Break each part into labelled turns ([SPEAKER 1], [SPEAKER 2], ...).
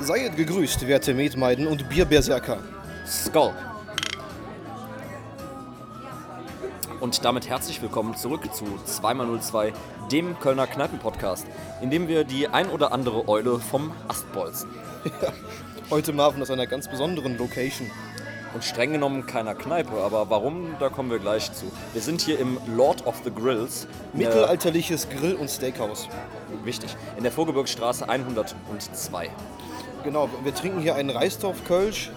[SPEAKER 1] Seid gegrüßt, werte Metmeiden und Bierberserker.
[SPEAKER 2] Skull. Und damit herzlich willkommen zurück zu 2x02, dem Kölner Kneipen-Podcast, in dem wir die ein oder andere Eule vom Ast bolzen.
[SPEAKER 1] Heute im Hafen aus einer ganz besonderen Location.
[SPEAKER 2] Und streng genommen keiner Kneipe, aber warum, da kommen wir gleich zu. Wir sind hier im Lord of the Grills. in der-
[SPEAKER 1] Mittelalterliches Grill- und Steakhouse.
[SPEAKER 2] Wichtig. In der Vorgebirgsstraße 102.
[SPEAKER 1] Genau, wir trinken hier einen Reisdorf-Kölsch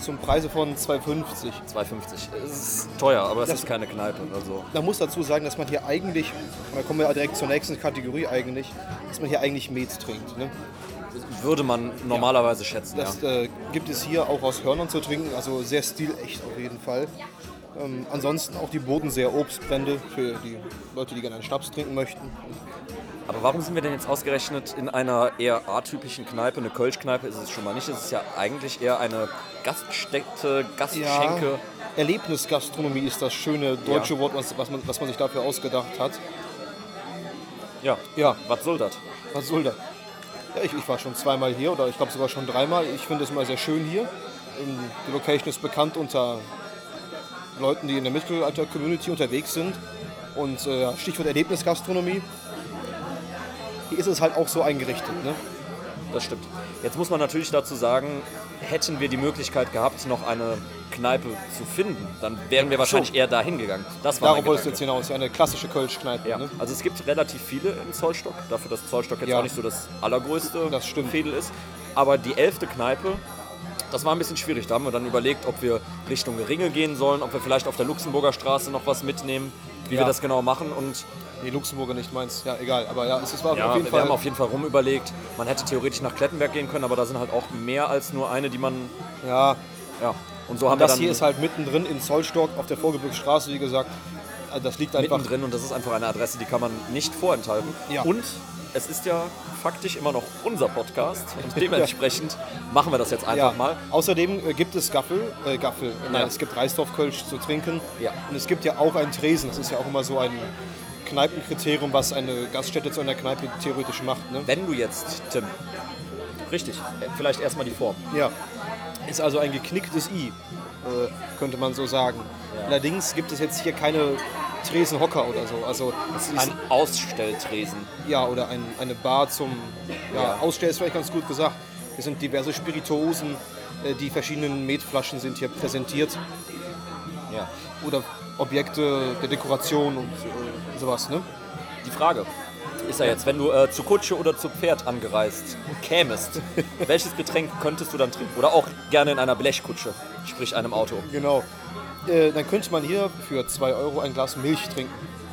[SPEAKER 1] zum Preise von 2,50.
[SPEAKER 2] 250. Es ist teuer, aber es
[SPEAKER 1] Das-
[SPEAKER 2] ist keine Kneipe. Also
[SPEAKER 1] Man muss dazu sagen, dass man hier eigentlich, und da kommen wir direkt zur nächsten Kategorie eigentlich, dass man hier eigentlich Met trinkt. Ne?
[SPEAKER 2] würde man normalerweise schätzen.
[SPEAKER 1] Das
[SPEAKER 2] ja.
[SPEAKER 1] äh, gibt es hier auch aus Hörnern zu trinken, also sehr stilecht auf jeden Fall. Ähm, ansonsten auch die Bodenseer Obstbrände für die Leute, die gerne einen Schnaps trinken möchten.
[SPEAKER 2] Aber warum sind wir denn jetzt ausgerechnet in einer eher atypischen Kneipe? Eine Kölschkneipe ist es schon mal nicht. Es ist ja eigentlich eher eine Gaststätte, Gastschenke.
[SPEAKER 1] Erlebnisgastronomie ist das schöne deutsche
[SPEAKER 2] Ja.
[SPEAKER 1] Wort, was, was, man, was man sich dafür ausgedacht hat.
[SPEAKER 2] Ja.
[SPEAKER 1] Ja,
[SPEAKER 2] Was soll das?
[SPEAKER 1] was soll das? Ja, ich, ich war schon zweimal hier oder ich glaube sogar schon dreimal. Ich finde es immer sehr schön hier. Ähm, Die Location ist bekannt unter Leuten, die in der Mittelalter-Community unterwegs sind. Und äh, ja, Stichwort Erlebnisgastronomie. Hier ist es halt auch so eingerichtet. Ne?
[SPEAKER 2] Das stimmt. Jetzt muss man natürlich dazu sagen, hätten wir die Möglichkeit gehabt, noch eine Kneipe zu finden, dann wären wir wahrscheinlich eher dahin gegangen. Das war
[SPEAKER 1] Darauf
[SPEAKER 2] mein
[SPEAKER 1] wolltest du jetzt
[SPEAKER 2] Gedanke.
[SPEAKER 1] hinaus. Ja, eine klassische Kölsch-Kneipe.
[SPEAKER 2] genau. Ja,
[SPEAKER 1] Ne?
[SPEAKER 2] also es gibt relativ viele im Zollstock, dafür dass Zollstock jetzt
[SPEAKER 1] Ja.
[SPEAKER 2] auch nicht so das allergrößte
[SPEAKER 1] Das stimmt.
[SPEAKER 2] Fädel ist. Aber die elfte Kneipe, das war ein bisschen schwierig. Da haben wir dann überlegt, ob wir Richtung Ringe gehen sollen, ob wir vielleicht auf der Luxemburger Straße noch was mitnehmen, wie
[SPEAKER 1] Ja.
[SPEAKER 2] wir das genau machen. Und
[SPEAKER 1] Nee, Luxemburger nicht meins. Ja, egal. Aber ja, es, es war
[SPEAKER 2] ja,
[SPEAKER 1] auf jeden
[SPEAKER 2] wir
[SPEAKER 1] Fall.
[SPEAKER 2] haben auf jeden Fall rumüberlegt. Man hätte theoretisch nach Klettenberg gehen können, aber da sind halt auch mehr als nur eine, die man.
[SPEAKER 1] ja,
[SPEAKER 2] Ja. Und so haben wir
[SPEAKER 1] das
[SPEAKER 2] dann
[SPEAKER 1] hier ist halt mittendrin in Zollstock auf der Vorgebirgsstraße, wie gesagt. Also Das liegt einfach
[SPEAKER 2] mittendrin und das ist einfach eine Adresse, die kann man nicht vorenthalten.
[SPEAKER 1] Ja.
[SPEAKER 2] Und es ist ja faktisch immer noch unser Podcast und dementsprechend machen wir das jetzt einfach
[SPEAKER 1] ja.
[SPEAKER 2] mal.
[SPEAKER 1] Außerdem äh, gibt es Gaffel, äh, Gaffel. Nein,
[SPEAKER 2] Ja.
[SPEAKER 1] es gibt Reisdorfkölsch zu trinken.
[SPEAKER 2] Ja.
[SPEAKER 1] Und es gibt ja auch einen Tresen. Das ist ja auch immer so ein Kneipenkriterium, was eine Gaststätte zu einer Kneipe theoretisch macht. Ne?
[SPEAKER 2] Wenn du jetzt, Tim, richtig, äh, vielleicht erstmal die Form.
[SPEAKER 1] Ja. Ist also ein geknicktes I, äh, könnte man so sagen. Allerdings gibt es jetzt hier keine Tresenhocker oder so. Also es ist
[SPEAKER 2] Ein Ausstelltresen.
[SPEAKER 1] ja oder ein, eine Bar zum ja, Ausstellen ist vielleicht ganz gut gesagt. Hier sind diverse Spirituosen, äh, die verschiedenen Metflaschen sind hier präsentiert.
[SPEAKER 2] Ja.
[SPEAKER 1] oder Objekte der Dekoration und äh, sowas, ne?
[SPEAKER 2] Die Frage ist ja jetzt, wenn du äh, zu Kutsche oder zu Pferd angereist kämest, welches Getränk könntest du dann trinken? Oder auch gerne in einer Blechkutsche, sprich einem Auto.
[SPEAKER 1] Genau. Äh, dann könnte man hier für 2 Euro ein Glas Milch trinken.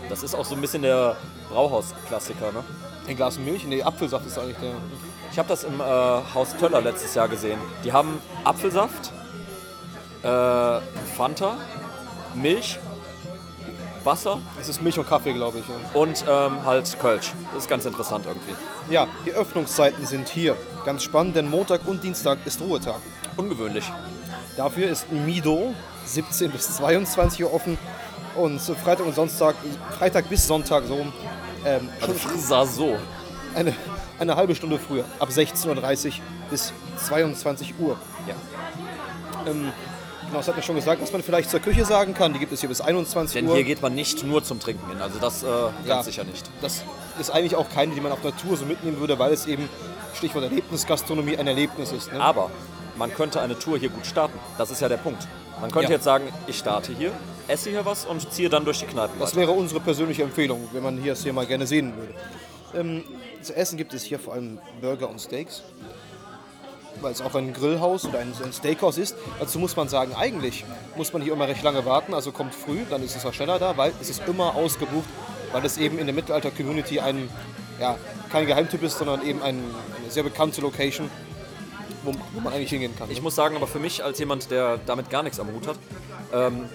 [SPEAKER 2] Das ist auch so ein bisschen der Brauhausklassiker, ne?
[SPEAKER 1] Ein Glas Milch? Nee, Apfelsaft ist eigentlich der.
[SPEAKER 2] Ich habe das im äh, Haus Töller letztes Jahr gesehen. Die haben Apfelsaft, äh, Fanta, Milch, Wasser
[SPEAKER 1] Es ist Milch und Kaffee, glaube ich. Ja.
[SPEAKER 2] und ähm, halt Kölsch. Das ist ganz interessant irgendwie.
[SPEAKER 1] ja, die Öffnungszeiten sind hier. Ganz spannend, denn Montag und Dienstag ist Ruhetag.
[SPEAKER 2] Ungewöhnlich.
[SPEAKER 1] Dafür ist Mido 17 bis 22 Uhr offen und Freitag und Sonntag, Freitag bis Sonntag so rum, ähm,
[SPEAKER 2] Also
[SPEAKER 1] schon
[SPEAKER 2] Frisa so.
[SPEAKER 1] eine, eine halbe Stunde früher, ab 16.30 Uhr bis 22 Uhr.
[SPEAKER 2] Ja.
[SPEAKER 1] Ähm, genau, das hat mir schon gesagt, was man vielleicht zur Küche sagen kann. Die gibt es hier bis 21
[SPEAKER 2] Denn
[SPEAKER 1] Uhr.
[SPEAKER 2] hier geht man nicht nur zum Trinken hin. Also das äh, ganz
[SPEAKER 1] Ja.
[SPEAKER 2] sicher nicht.
[SPEAKER 1] das ist eigentlich auch keine, die man auf Natur so mitnehmen würde, weil es eben, Stichwort Erlebnisgastronomie, ein Erlebnis ist. Ne?
[SPEAKER 2] Aber man könnte eine Tour hier gut starten. Das ist ja der Punkt. Man könnte
[SPEAKER 1] Ja.
[SPEAKER 2] jetzt sagen, ich starte hier, esse hier was und ziehe dann durch die Kneipen.
[SPEAKER 1] Das
[SPEAKER 2] weiter.
[SPEAKER 1] wäre unsere persönliche Empfehlung, wenn man hier es hier mal gerne sehen würde. Ähm, zu essen gibt es hier vor allem Burger und Steaks, weil es auch ein Grillhaus oder ein, ein Steakhouse ist. Dazu muss man sagen, eigentlich muss man hier immer recht lange warten, also kommt früh, dann ist es auch schneller da, weil es ist immer ausgebucht, weil es eben in der Mittelalter-Community ein, ja, kein Geheimtipp ist, sondern eben ein, eine sehr bekannte Location, wo, wo man eigentlich hingehen kann. ne?
[SPEAKER 2] Ich muss sagen, aber für mich als jemand, der damit gar nichts am Hut hat, ähm,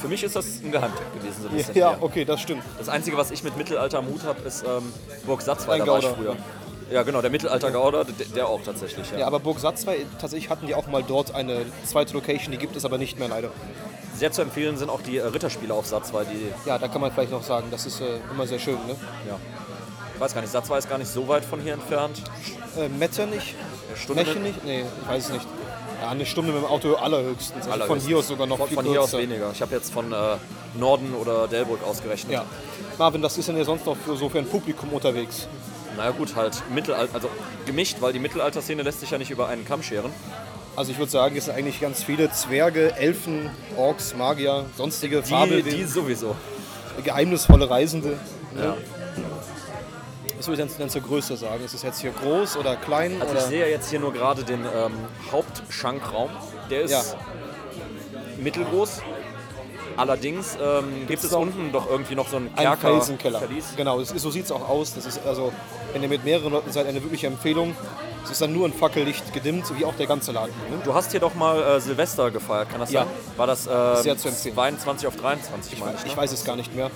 [SPEAKER 2] für mich ist das ein Geheimtipp gewesen. So ein bisschen.
[SPEAKER 1] ja, okay, das stimmt.
[SPEAKER 2] Das Einzige, was ich mit Mittelalter am Hut habe, ist ähm, Burg Satzweiler
[SPEAKER 1] Ein
[SPEAKER 2] war ich
[SPEAKER 1] Gauder.
[SPEAKER 2] früher. Ja, genau, der Mittelalter-Gauder, der, der auch tatsächlich. Ja.
[SPEAKER 1] Ja, aber Burg Satzwey, tatsächlich hatten die auch mal dort eine zweite Location, die gibt es aber nicht mehr leider.
[SPEAKER 2] Sehr zu empfehlen sind auch die äh, Ritterspiele auf Satzweiler, die
[SPEAKER 1] Ja, da kann man vielleicht noch sagen, das ist äh, immer sehr schön. Ne?
[SPEAKER 2] Ja. weiß gar nicht, Satz war jetzt gar nicht so weit von hier entfernt.
[SPEAKER 1] Äh, Metternich?
[SPEAKER 2] Eine Stunde.
[SPEAKER 1] Mechernich? Nee, ich weiß es nicht. Ja, eine Stunde mit dem Auto allerhöchstens. Also Von
[SPEAKER 2] Allerhöchstens.
[SPEAKER 1] hier aus sogar noch
[SPEAKER 2] Von,
[SPEAKER 1] viel
[SPEAKER 2] von hier aus
[SPEAKER 1] kürzer.
[SPEAKER 2] weniger. Ich habe jetzt von äh, Norden oder Delbrück ausgerechnet.
[SPEAKER 1] Ja. Marvin, was ist denn hier sonst noch für, so für ein Publikum unterwegs?
[SPEAKER 2] Naja gut, halt Mittelalter, also gemischt, weil die Mittelalterszene lässt sich ja nicht über einen Kamm scheren.
[SPEAKER 1] Also ich würde sagen, es sind eigentlich ganz viele Zwerge, Elfen, Orks, Magier, sonstige
[SPEAKER 2] Die,
[SPEAKER 1] Fabelwesen,
[SPEAKER 2] die sowieso.
[SPEAKER 1] geheimnisvolle Reisende.
[SPEAKER 2] Ja.
[SPEAKER 1] Was würde ich denn- denn zur Größe sagen? Ist es jetzt hier groß oder klein?
[SPEAKER 2] Also ich
[SPEAKER 1] oder?
[SPEAKER 2] sehe ja jetzt hier nur gerade den ähm, Hauptschankraum. Der ist
[SPEAKER 1] Ja.
[SPEAKER 2] mittelgroß. Allerdings ähm, gibt es
[SPEAKER 1] noch-
[SPEAKER 2] unten doch irgendwie noch so einen
[SPEAKER 1] Ein
[SPEAKER 2] Kerker.
[SPEAKER 1] Felsenkeller.
[SPEAKER 2] Verlies.
[SPEAKER 1] Genau, das ist, so sieht es auch aus. Das ist also, wenn ihr mit mehreren Leuten seid, eine wirkliche Empfehlung. Es ist dann nur ein Fackellicht gedimmt, so wie auch der ganze Laden. hier, Ne?
[SPEAKER 2] Du hast hier doch mal äh, Silvester gefeiert, kann das
[SPEAKER 1] Ja.
[SPEAKER 2] sein? War das äh,
[SPEAKER 1] Sehr zu empfehlen.
[SPEAKER 2] 22 auf 23, meine ich.
[SPEAKER 1] Ich
[SPEAKER 2] Ne?
[SPEAKER 1] weiß es gar nicht mehr.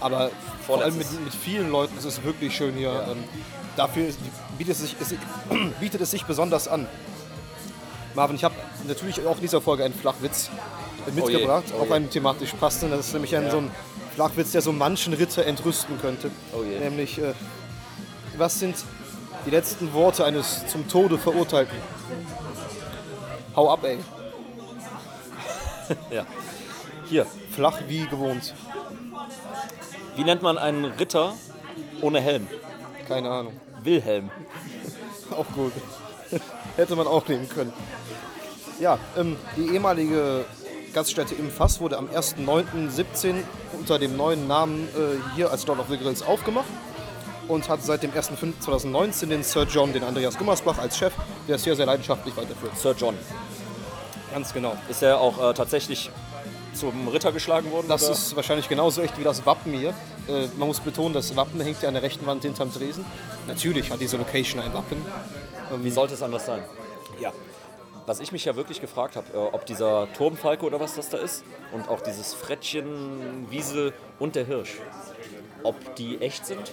[SPEAKER 1] Aber vor allem mit,
[SPEAKER 2] Vorletztes.
[SPEAKER 1] mit vielen Leuten ist es wirklich schön hier. Ähm, dafür ist, bietet, es sich, es, bietet es sich besonders an. Marvin, ich habe natürlich auch in dieser Folge einen Flachwitz mitgebracht,
[SPEAKER 2] oh
[SPEAKER 1] auch
[SPEAKER 2] je.
[SPEAKER 1] einen thematisch passenden. Das ist nämlich ein, so ein Flachwitz, der so manchen Ritter entrüsten könnte.
[SPEAKER 2] Oh je.
[SPEAKER 1] Nämlich, äh, was sind die letzten Worte eines zum Tode Verurteilten? Hau ab, ey.
[SPEAKER 2] Ja. Hier,
[SPEAKER 1] Flach wie gewohnt.
[SPEAKER 2] wie nennt man einen Ritter ohne Helm?
[SPEAKER 1] Keine Ahnung.
[SPEAKER 2] Wilhelm.
[SPEAKER 1] Auch gut. Hätte man auch nehmen können. Ja, ähm, die ehemalige Gaststätte im Fass wurde am 1.9.17 unter dem neuen Namen äh, hier als Lord of the Grills aufgemacht und hat seit dem 1.5.2019 den Sir John, den Andreas Gummersbach als Chef, der es hier sehr leidenschaftlich weiterführt.
[SPEAKER 2] Sir John.
[SPEAKER 1] Ganz genau.
[SPEAKER 2] Ist er auch äh, tatsächlich zum Ritter geschlagen worden?
[SPEAKER 1] Das
[SPEAKER 2] oder?
[SPEAKER 1] ist wahrscheinlich genauso echt wie das Wappen hier. Äh, man muss betonen, das Wappen hängt ja an der rechten Wand hinterm Tresen. Natürlich hat diese Location ein Wappen.
[SPEAKER 2] Wie sollte es anders sein? Ja. Was ich mich ja wirklich gefragt habe, äh, ob dieser Turmfalke oder was das da ist und auch dieses Frettchen, Wiesel und der Hirsch, ob die echt sind?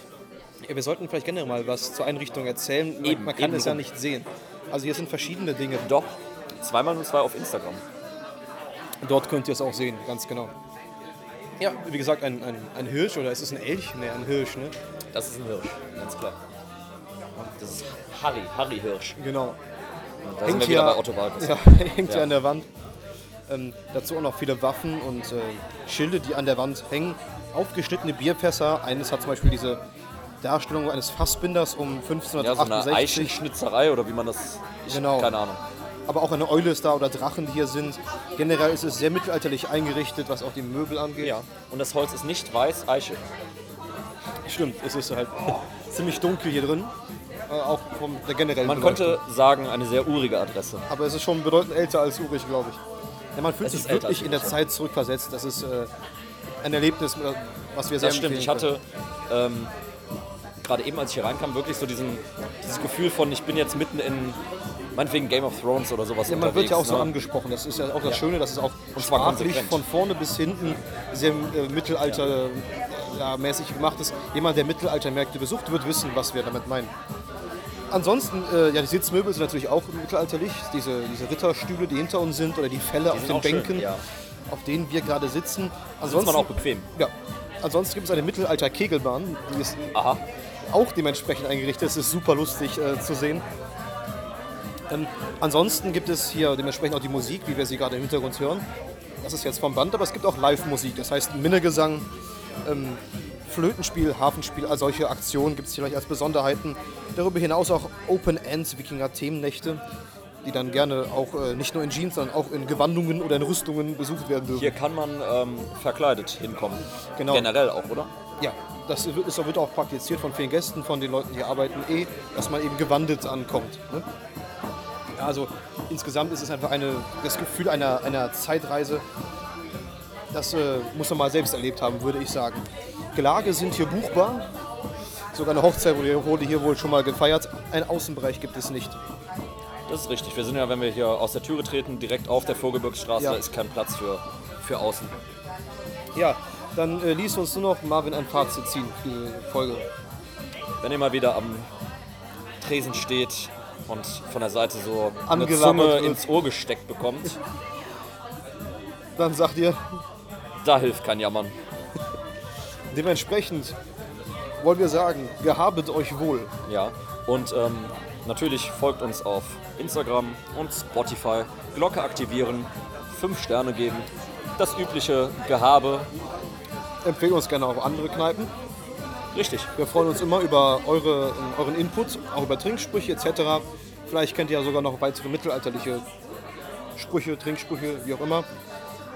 [SPEAKER 1] Ja, wir sollten vielleicht generell mal was zur Einrichtung erzählen. Man,
[SPEAKER 2] Eben,
[SPEAKER 1] man kann
[SPEAKER 2] eben
[SPEAKER 1] es ja
[SPEAKER 2] drum.
[SPEAKER 1] nicht sehen. Also hier sind verschiedene Dinge.
[SPEAKER 2] Doch. Zweimal und zwei auf Instagram.
[SPEAKER 1] Dort könnt ihr es auch sehen, ganz genau. Ja, wie gesagt, ein, ein, ein Hirsch oder ist es ein Elch? Ne, ein Hirsch, ne?
[SPEAKER 2] Das ist ein Hirsch, ganz klar. Das ist Harry, Harry Hirsch.
[SPEAKER 1] Genau.
[SPEAKER 2] Da sind wir wieder bei Otto Walkes.
[SPEAKER 1] ja, hängt hier an der Wand. Ähm, dazu auch noch viele Waffen und äh, Schilde, die an der Wand hängen. Aufgeschnittene Bierfässer. Eines hat zum Beispiel diese Darstellung eines Fassbinders um
[SPEAKER 2] Ja, so eine
[SPEAKER 1] 1568.
[SPEAKER 2] Eichenschnitzerei oder wie man das. Ich,
[SPEAKER 1] Genau.
[SPEAKER 2] Keine Ahnung.
[SPEAKER 1] aber auch eine Eule ist da oder Drachen, die hier sind. Generell ist es sehr mittelalterlich eingerichtet, was auch die Möbel angeht.
[SPEAKER 2] Ja. Und das Holz ist nicht weiß, Eiche.
[SPEAKER 1] Stimmt, es ist halt ziemlich dunkel hier drin. Äh, auch von der generellen
[SPEAKER 2] Man
[SPEAKER 1] Beleuchtung.
[SPEAKER 2] könnte sagen, eine sehr urige Adresse.
[SPEAKER 1] Aber es ist schon bedeutend älter als urig, glaube ich. Ja, man fühlt
[SPEAKER 2] Es
[SPEAKER 1] sich
[SPEAKER 2] ist älter
[SPEAKER 1] wirklich
[SPEAKER 2] als
[SPEAKER 1] in der
[SPEAKER 2] Urich,
[SPEAKER 1] Zeit zurückversetzt. Das ist äh, ein Erlebnis, äh, was wir sehr
[SPEAKER 2] Das stimmt.
[SPEAKER 1] empfehlen
[SPEAKER 2] Ich hatte ähm, gerade eben, als ich hier reinkam, wirklich so diesen, dieses Gefühl von, ich bin jetzt mitten in, meinetwegen Game of Thrones oder sowas
[SPEAKER 1] können. Ja, man wird
[SPEAKER 2] unterwegs.
[SPEAKER 1] ja auch so
[SPEAKER 2] ne?
[SPEAKER 1] angesprochen. Das ist ja auch das Schöne, dass es auch
[SPEAKER 2] zwar
[SPEAKER 1] sprachlich
[SPEAKER 2] konsequent.
[SPEAKER 1] von vorne bis hinten sehr äh, mittelaltermäßig gemacht ist. Jemand, der Mittelaltermärkte besucht, wird wissen, was wir damit meinen. Ansonsten, äh, ja, die Sitzmöbel sind natürlich auch mittelalterlich. Diese, diese Ritterstühle, die hinter uns sind, oder die Fälle auf
[SPEAKER 2] sind
[SPEAKER 1] den
[SPEAKER 2] auch schön,
[SPEAKER 1] Bänken,
[SPEAKER 2] ja.
[SPEAKER 1] auf denen wir gerade sitzen.
[SPEAKER 2] Sitzt
[SPEAKER 1] Ansonsten,
[SPEAKER 2] man auch bequem.
[SPEAKER 1] Ja. Ansonsten gibt es eine Mittelalter-Kegelbahn, die ist
[SPEAKER 2] Aha.
[SPEAKER 1] auch dementsprechend eingerichtet. Es ist super lustig äh, zu sehen. Ähm, ansonsten gibt es hier dementsprechend auch die Musik, wie wir sie gerade im Hintergrund hören. Das ist jetzt vom Band, aber es gibt auch Live-Musik. Das heißt Minnegesang, ähm, Flötenspiel, Hafenspiel, all solche Aktionen gibt es vielleicht als Besonderheiten. Darüber hinaus auch Open-Ends, Wikinger-Themennächte, die dann gerne auch äh, nicht nur in Jeans, sondern auch in Gewandungen oder in Rüstungen besucht werden dürfen.
[SPEAKER 2] Hier kann man ähm, verkleidet hinkommen.
[SPEAKER 1] Genau.
[SPEAKER 2] Generell auch, oder?
[SPEAKER 1] Ja, das wird, ist, wird auch praktiziert von vielen Gästen, von den Leuten, die hier arbeiten, eh, dass man eben gewandelt ankommt. Ne? Ja, also insgesamt ist es einfach eine, das Gefühl einer, einer Zeitreise, das äh, muss man mal selbst erlebt haben, würde ich sagen. Gelage sind hier buchbar. Sogar eine Hochzeit wurde- wurde hier wohl schon mal gefeiert. Ein Außenbereich gibt es nicht.
[SPEAKER 2] Das ist richtig. Wir sind ja, wenn wir hier aus der Türe treten, direkt auf der Vogelbergstraße.
[SPEAKER 1] Ja.
[SPEAKER 2] Da ist kein Platz für, für außen.
[SPEAKER 1] Ja, dann äh, ließ uns nur noch Marvin ein Fazit ziehen für die Folge.
[SPEAKER 2] Wenn ihr mal wieder am Tresen steht und von der Seite so eine
[SPEAKER 1] Angelabert
[SPEAKER 2] Zunge
[SPEAKER 1] wird.
[SPEAKER 2] ins Ohr gesteckt bekommt,
[SPEAKER 1] Dann sagt ihr
[SPEAKER 2] da hilft kein Jammern.
[SPEAKER 1] dementsprechend wollen wir sagen, gehabet euch wohl.
[SPEAKER 2] Ja, und ähm, natürlich folgt uns auf Instagram und Spotify. Glocke aktivieren, 5 Sterne geben, das übliche Gehabe.
[SPEAKER 1] Empfehlen uns gerne auch andere Kneipen.
[SPEAKER 2] Richtig.
[SPEAKER 1] Wir freuen uns immer über eure, euren Input, auch über Trinksprüche etc. Vielleicht kennt ihr ja sogar noch weitere mittelalterliche Sprüche, Trinksprüche, wie auch immer.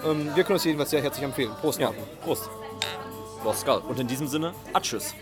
[SPEAKER 1] Ähm, wir können uns jedenfalls sehr herzlich empfehlen. Prost,
[SPEAKER 2] Ja,
[SPEAKER 1] Marco.
[SPEAKER 2] Prost. Pascal. Und in diesem Sinne, Atschüss.